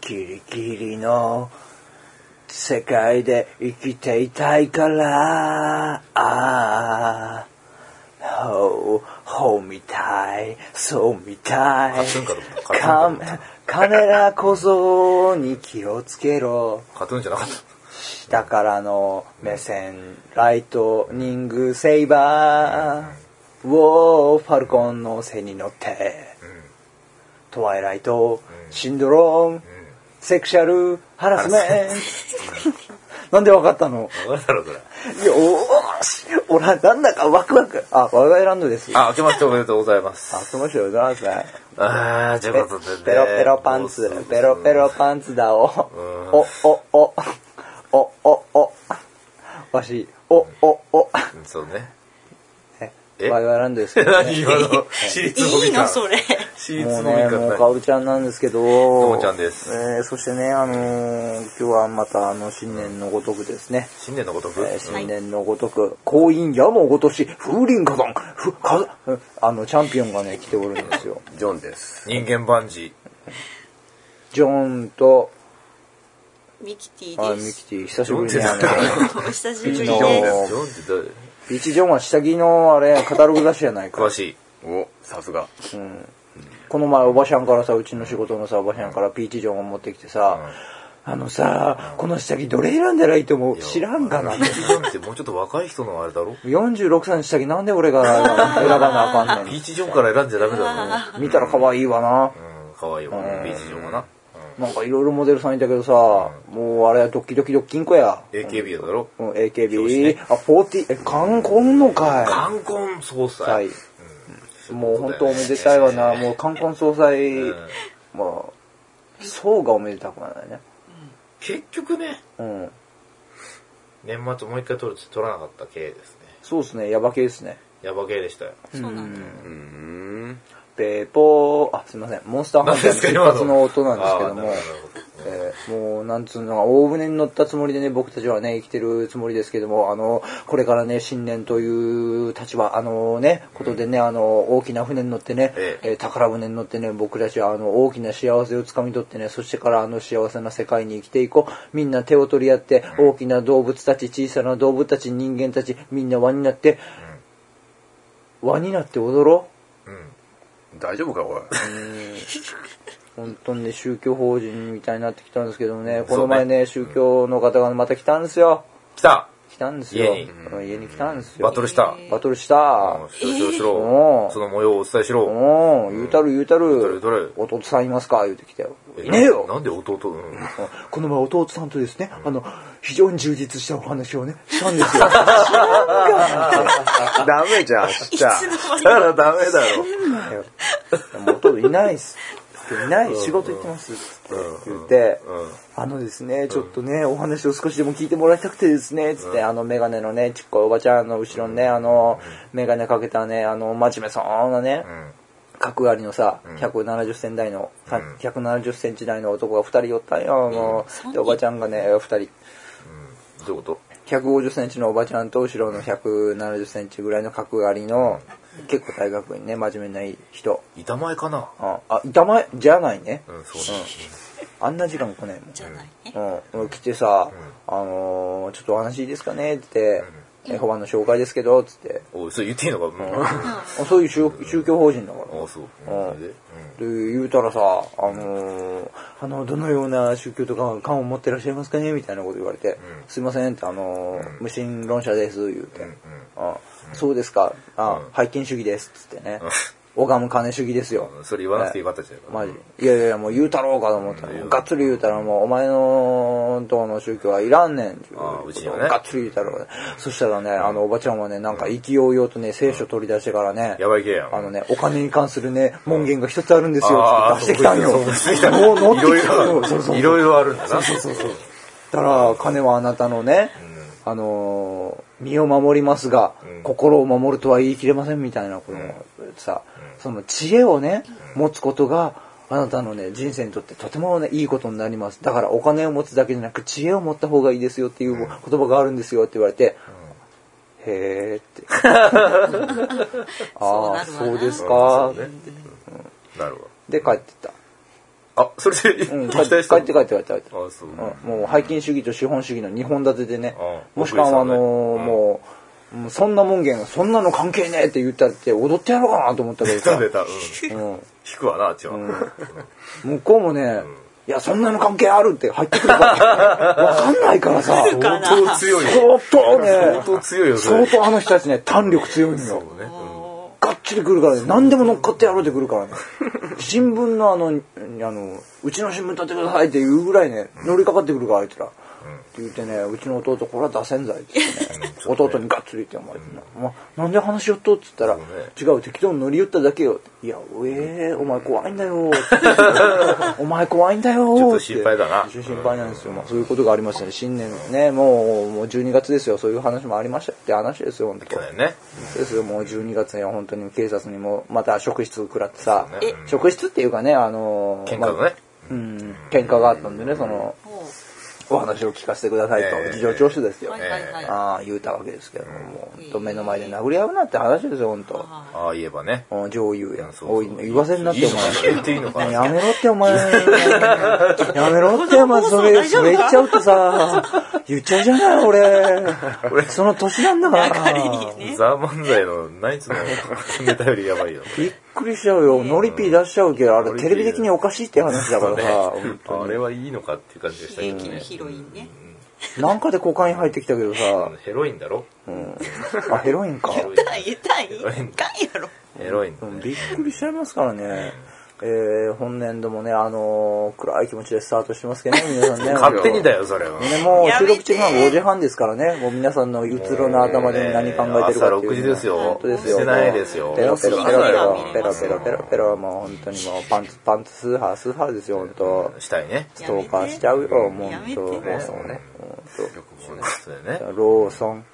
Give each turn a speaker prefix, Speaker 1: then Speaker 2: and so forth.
Speaker 1: キリキリの世界で生きていたいから、ああ、ほう、ほうみたい、そうみたい
Speaker 2: カトゥーンかと思った。カ
Speaker 1: カ
Speaker 2: トゥーンかと思った
Speaker 1: カメラ小僧に気をつけろ。
Speaker 2: カトゥーンじゃなかった。
Speaker 1: 下からの目線ライトニングセイバーをファルコンの背に乗って
Speaker 2: うん。
Speaker 1: トワイライト
Speaker 2: うん
Speaker 1: シンドローム
Speaker 2: うん。
Speaker 1: セクシャルハラスメ
Speaker 2: ハラ
Speaker 1: ントなんでわかったの
Speaker 2: わかるだろう、それ。
Speaker 1: よーし俺はなんだかワクワクあワイワイランドですあ
Speaker 2: あ、明けましておめでとうございます。
Speaker 1: その人ございますね
Speaker 2: あー、とい
Speaker 1: ペ
Speaker 2: うことでね。
Speaker 1: ペロペロパンツ
Speaker 2: もうすぐ
Speaker 1: ペロペロパンツだお
Speaker 2: うん
Speaker 1: おおおおおおわしおおお
Speaker 2: うんそうね。
Speaker 1: え
Speaker 2: え
Speaker 1: ワイワイランドですけど、
Speaker 2: 何
Speaker 1: ね、
Speaker 2: 今の、私立の
Speaker 3: いいのそれ。
Speaker 2: 私立
Speaker 1: もう
Speaker 2: の
Speaker 1: ねもうかおるちゃんなんですけどど
Speaker 2: うもちゃんです
Speaker 1: えーそしてねあのー今日はまたあの新年のごとくですね、
Speaker 2: 新年のごとく、
Speaker 1: えー新年のごとく婚姻やもごとし風林火山ふかふあのチャンピオンがね来ておるんですよ
Speaker 4: ジョンです。
Speaker 2: 人間バンジ
Speaker 1: ジョンと
Speaker 3: ミキテ
Speaker 1: あ
Speaker 3: ィで
Speaker 1: ミキ
Speaker 3: す。
Speaker 1: ティ久しぶりにあの
Speaker 2: ジョンです
Speaker 3: お久しぶり
Speaker 1: ミ
Speaker 3: で
Speaker 1: キティ
Speaker 3: す。
Speaker 1: の
Speaker 2: ー。
Speaker 1: お
Speaker 2: ジョンって誰
Speaker 1: ビーチジョンは下着のあれカタログ雑誌じゃないか
Speaker 2: 詳しい。
Speaker 4: お、さすが。
Speaker 1: うんこの前おばちゃんからさうちの仕事のさおばちゃんからピーチジョンを持ってきてさ、あのさこの下着どれ選んだらいいと思う知らんかな
Speaker 2: ジョンってもうちょっと若い人のあれだろ
Speaker 1: 46歳の下着なんで俺が選ばなあかんね
Speaker 2: ピ
Speaker 1: ん
Speaker 2: ーチジョンから選んじゃダメだ
Speaker 1: 見たら可愛いわな、
Speaker 2: ろ。うん、かわいいわ。ピーチジョンかな。
Speaker 1: なんかいろいろモデルさんいたけどさ、もうあれはドッキドキドッキンコや、
Speaker 2: AKB だろ
Speaker 1: うん、
Speaker 2: 表紙
Speaker 1: AKB
Speaker 2: ね
Speaker 1: あ40え冠婚のか
Speaker 2: 冠婚葬
Speaker 1: いは
Speaker 2: 祭
Speaker 1: い。もう本当おめでたいわな、もう冠婚葬祭、
Speaker 2: うん
Speaker 1: まあ層がおめでたくはないね
Speaker 2: 結局ね、
Speaker 1: うん
Speaker 2: 年末もう一回撮るって撮らなかった系ですね。
Speaker 1: そうですねヤバ系ですね
Speaker 2: ヤバ系でしたよ。
Speaker 3: そうなんだ。
Speaker 4: うーん。
Speaker 1: ペーポーあすいませんモンスターハンターの出発の音なんですけども
Speaker 2: あーなるほど
Speaker 1: えーもうなんつうのか大船に乗ったつもりでね僕たちはね生きてるつもりですけどもあのこれからね新年という立場あのねことでね、あの大きな船に乗ってね、
Speaker 2: え
Speaker 1: えー宝船に乗ってね僕たちはあの大きな幸せをつかみ取ってねそしてからあの幸せな世界に生きていこうみんな手を取り合って、大きな動物たち小さな動物たち人間たちみんな輪になって、輪になって踊ろう
Speaker 2: うん。
Speaker 4: 大丈夫か、おい。
Speaker 1: 本当にね宗教法人みたいになってきたんですけどもねこの前ね宗教の方がまた来たんですよ
Speaker 2: 来た
Speaker 1: 来たんですよ
Speaker 2: 家に
Speaker 1: うん家に来たんですよ
Speaker 2: バトルした。
Speaker 1: バトルした
Speaker 2: うんしろしろしろ
Speaker 1: お。ー
Speaker 2: その模様をお伝えしろ。
Speaker 1: おお言うたる言うた
Speaker 2: どれ
Speaker 1: る
Speaker 2: どれ
Speaker 1: 弟さんいますか言うてきたよ
Speaker 2: え
Speaker 1: いねえよ
Speaker 2: なんで弟うん。
Speaker 1: うんこの前弟さんとですねあの非常に充実したお話をねしたん ですよ
Speaker 4: ダメじゃん、しちゃ。
Speaker 2: だからダメだろ。
Speaker 1: もう弟いないっすいない仕事行ってますって言って
Speaker 2: うん。
Speaker 1: あのですね、ちょっとね、お話を少しでも聞いてもらいたくてですね、つって、あの、メガネのね、ちっこいおばちゃんの後ろにね、あの、メガネかけたね、あの、真面目そうなね
Speaker 2: う、ん。
Speaker 1: 角刈りのさ、
Speaker 2: ん
Speaker 1: 170センチ台の、さ
Speaker 2: うん
Speaker 1: 170センチ台の男が2人おったんよ、もう。で、おばちゃんがね、2人。
Speaker 2: どういうこと
Speaker 1: 150センチのおばちゃんと後ろの170センチぐらいの角刈りの、結構大学にね、真面目ないい人。
Speaker 2: 板前かな
Speaker 1: あ、あ板前じゃないね。
Speaker 2: うん、そうね。
Speaker 1: あんな時間来ないもん。
Speaker 3: じゃないね。
Speaker 1: うん、来てさ、あのーちょっとお話いいですかねって、エホバの紹介ですけど、つって、
Speaker 2: おい、それ言っていいのかうん。
Speaker 1: あそういう宗宗教法人だから。
Speaker 2: あ、そう。
Speaker 1: うん
Speaker 2: それで
Speaker 1: で言うたらさ、あのーあの、どのような宗教とか、感を持ってらっしゃいますかねみたいなこと言われて、すいませんって、あのー無神論者です、言うて、あそうですか、あ、拝見主義です、つってね、拝む金主義ですよ
Speaker 2: う。ん。それ言わなくてよかったじゃん。
Speaker 1: マジいやいやいやもう言うたろうかと思ったら、
Speaker 2: うん
Speaker 1: がっつり言うたらもうお前のとこの宗教はいらんねんっていう
Speaker 2: ああうちのね
Speaker 1: がっつり言うたろうかそしたらねあのおばちゃんはねなんか意気揚々とね聖書取り出してからね、
Speaker 2: やばい系やん。
Speaker 1: あのね、お金に関するね、文言が一つあるんですよ
Speaker 2: あ
Speaker 1: っ
Speaker 2: ー、
Speaker 1: て出してきたんよ。
Speaker 2: そう そうそう
Speaker 1: もう乗ってきた
Speaker 2: いろい
Speaker 1: よ。
Speaker 2: ろ
Speaker 1: そうそう
Speaker 2: いろいろあるんだな。
Speaker 1: そうそうそう。だから、金はあなたのね、あのー身を守りますが、
Speaker 2: うん
Speaker 1: 心を守るとは言い切れませんみたいなことをさ、その知恵をね、持つことが、あなたのね、人生にとってとてもね、いいことになります。だからお金を持つだけじゃなく、知恵を持った方がいいですよっていう言葉があるんですよって言われて、へーって。 ああ、
Speaker 3: そうなるわな
Speaker 1: そうです
Speaker 2: あ
Speaker 1: か
Speaker 2: ー。そうねなるほ
Speaker 1: で、帰ってった。
Speaker 4: あ、それで、
Speaker 1: うん、
Speaker 4: 期
Speaker 1: 帰っ
Speaker 4: 待
Speaker 1: て
Speaker 4: し
Speaker 1: 帰
Speaker 4: た
Speaker 1: って帰って帰って。
Speaker 2: あそう、
Speaker 1: うんもう拝金主義と資本主義の二本立てでね、
Speaker 2: うん
Speaker 1: もしくはあのー
Speaker 2: うん
Speaker 1: もう、うんそんな門限そんなの関係ねえって言ったって踊ってやろうかなと思ったけど
Speaker 2: 出た
Speaker 1: さ、
Speaker 2: 出たうん
Speaker 1: うん、
Speaker 2: 引くわなあっちは、
Speaker 1: ん向こうもね、いやそんなの関係あるって入ってくるからわかんないからさ
Speaker 3: 来るか
Speaker 2: 相
Speaker 3: な
Speaker 2: 当強いよ
Speaker 1: 相当ね
Speaker 2: 相当強いよそ
Speaker 1: 相
Speaker 2: れ
Speaker 1: 当あの人たちね胆力強いの
Speaker 2: そう
Speaker 1: よ
Speaker 2: ね、
Speaker 3: お
Speaker 1: がっちりくるからね何でも乗っかってやろうってくるからね新聞のあのあのうちの新聞立てくださいって言うぐらいね乗りかかってくるからあいつら、って言ってねうちの弟これは出せんざいって言ってね弟にガッツリって思われてね、まなんで話しよっとっつったら、違う適当に乗り寄っただけよっていやうえーお前怖いんだよってお前怖いんだよって
Speaker 2: ちょっと心配だな
Speaker 1: 一応心配なんですよ、まあ、そういうことがありましたね新年ねもうもう12月ですよそういう話もありましたって話ですよ本当
Speaker 2: 去年ね
Speaker 1: ですよもう12月には本当に警察にもまた職質食らってさ、
Speaker 2: そうねえ
Speaker 1: 職質っていうかねあのー
Speaker 2: 喧嘩のね
Speaker 1: まあうん喧嘩があったんでねその
Speaker 3: ーお
Speaker 1: お話を聞かせてくださいと、
Speaker 2: ええ
Speaker 1: 事情聴取です
Speaker 3: ー
Speaker 1: よ、
Speaker 3: はいはいはい。あ
Speaker 1: ああ言うたわけですけどももうほんと目の前で殴り合うなって話ですよ本当
Speaker 3: ー
Speaker 2: ああ言えばね
Speaker 1: うん女優やん
Speaker 2: そうそう
Speaker 1: おい言わせんなっ
Speaker 2: いい
Speaker 1: てお
Speaker 2: のか
Speaker 1: 前
Speaker 2: な言っていいのかな
Speaker 1: やめろってお 前。やめろってお前、それ、それ言っちゃうとさ、言っちゃうじゃない、 俺。俺、その年なんだから。
Speaker 3: にね。
Speaker 2: ザ・漫才のナイ ツのネタよりやばいよ。
Speaker 1: びっくりしちゃうよ。ノリピー出しちゃうけど、あれ
Speaker 2: ノリ
Speaker 1: テ
Speaker 2: ピー
Speaker 1: レビ的におかしいって話だからさ、本 当
Speaker 2: あれはいいのかっていう感じがしたけ
Speaker 3: 悲
Speaker 2: ど
Speaker 3: 劇の
Speaker 2: ね。
Speaker 3: ヒロインね。
Speaker 1: なんかでコカイン入ってきたけど
Speaker 2: あ
Speaker 1: さ
Speaker 2: の、ヘロインだろ
Speaker 1: あ、ヘロイン か。
Speaker 2: ヘロイン
Speaker 3: 言ったら言ったらいいかんやろ。
Speaker 2: ヘロインだ
Speaker 1: うん
Speaker 2: ね。
Speaker 1: びっくりしちゃいますからね。えー、本年度もね、あのー暗い気持ちでスタートしてますけどね、皆さんね。
Speaker 2: 勝手にだよ、それは。
Speaker 1: ね、もう
Speaker 3: や
Speaker 1: 収
Speaker 3: めて
Speaker 1: 録時間5時半ですからね、もう皆さんのうつろな頭で何考えてるかっていう、ね。
Speaker 2: 朝6時ですよ
Speaker 1: 本当です
Speaker 2: して
Speaker 1: よ。
Speaker 2: ないですよ
Speaker 1: ペロペロペロペロ、ペロペロペロペ
Speaker 2: ロ。
Speaker 1: ロ、もう本当にもうパンツ、パンツスーハースーハーですよ、本当。
Speaker 2: したいね。
Speaker 1: ストーカーしちゃうよ、もう
Speaker 3: や
Speaker 1: 本
Speaker 3: めて
Speaker 1: 当。
Speaker 3: やめて
Speaker 1: もうそうね。本
Speaker 4: よくもうね
Speaker 2: そうだよね
Speaker 1: 当。ローソン、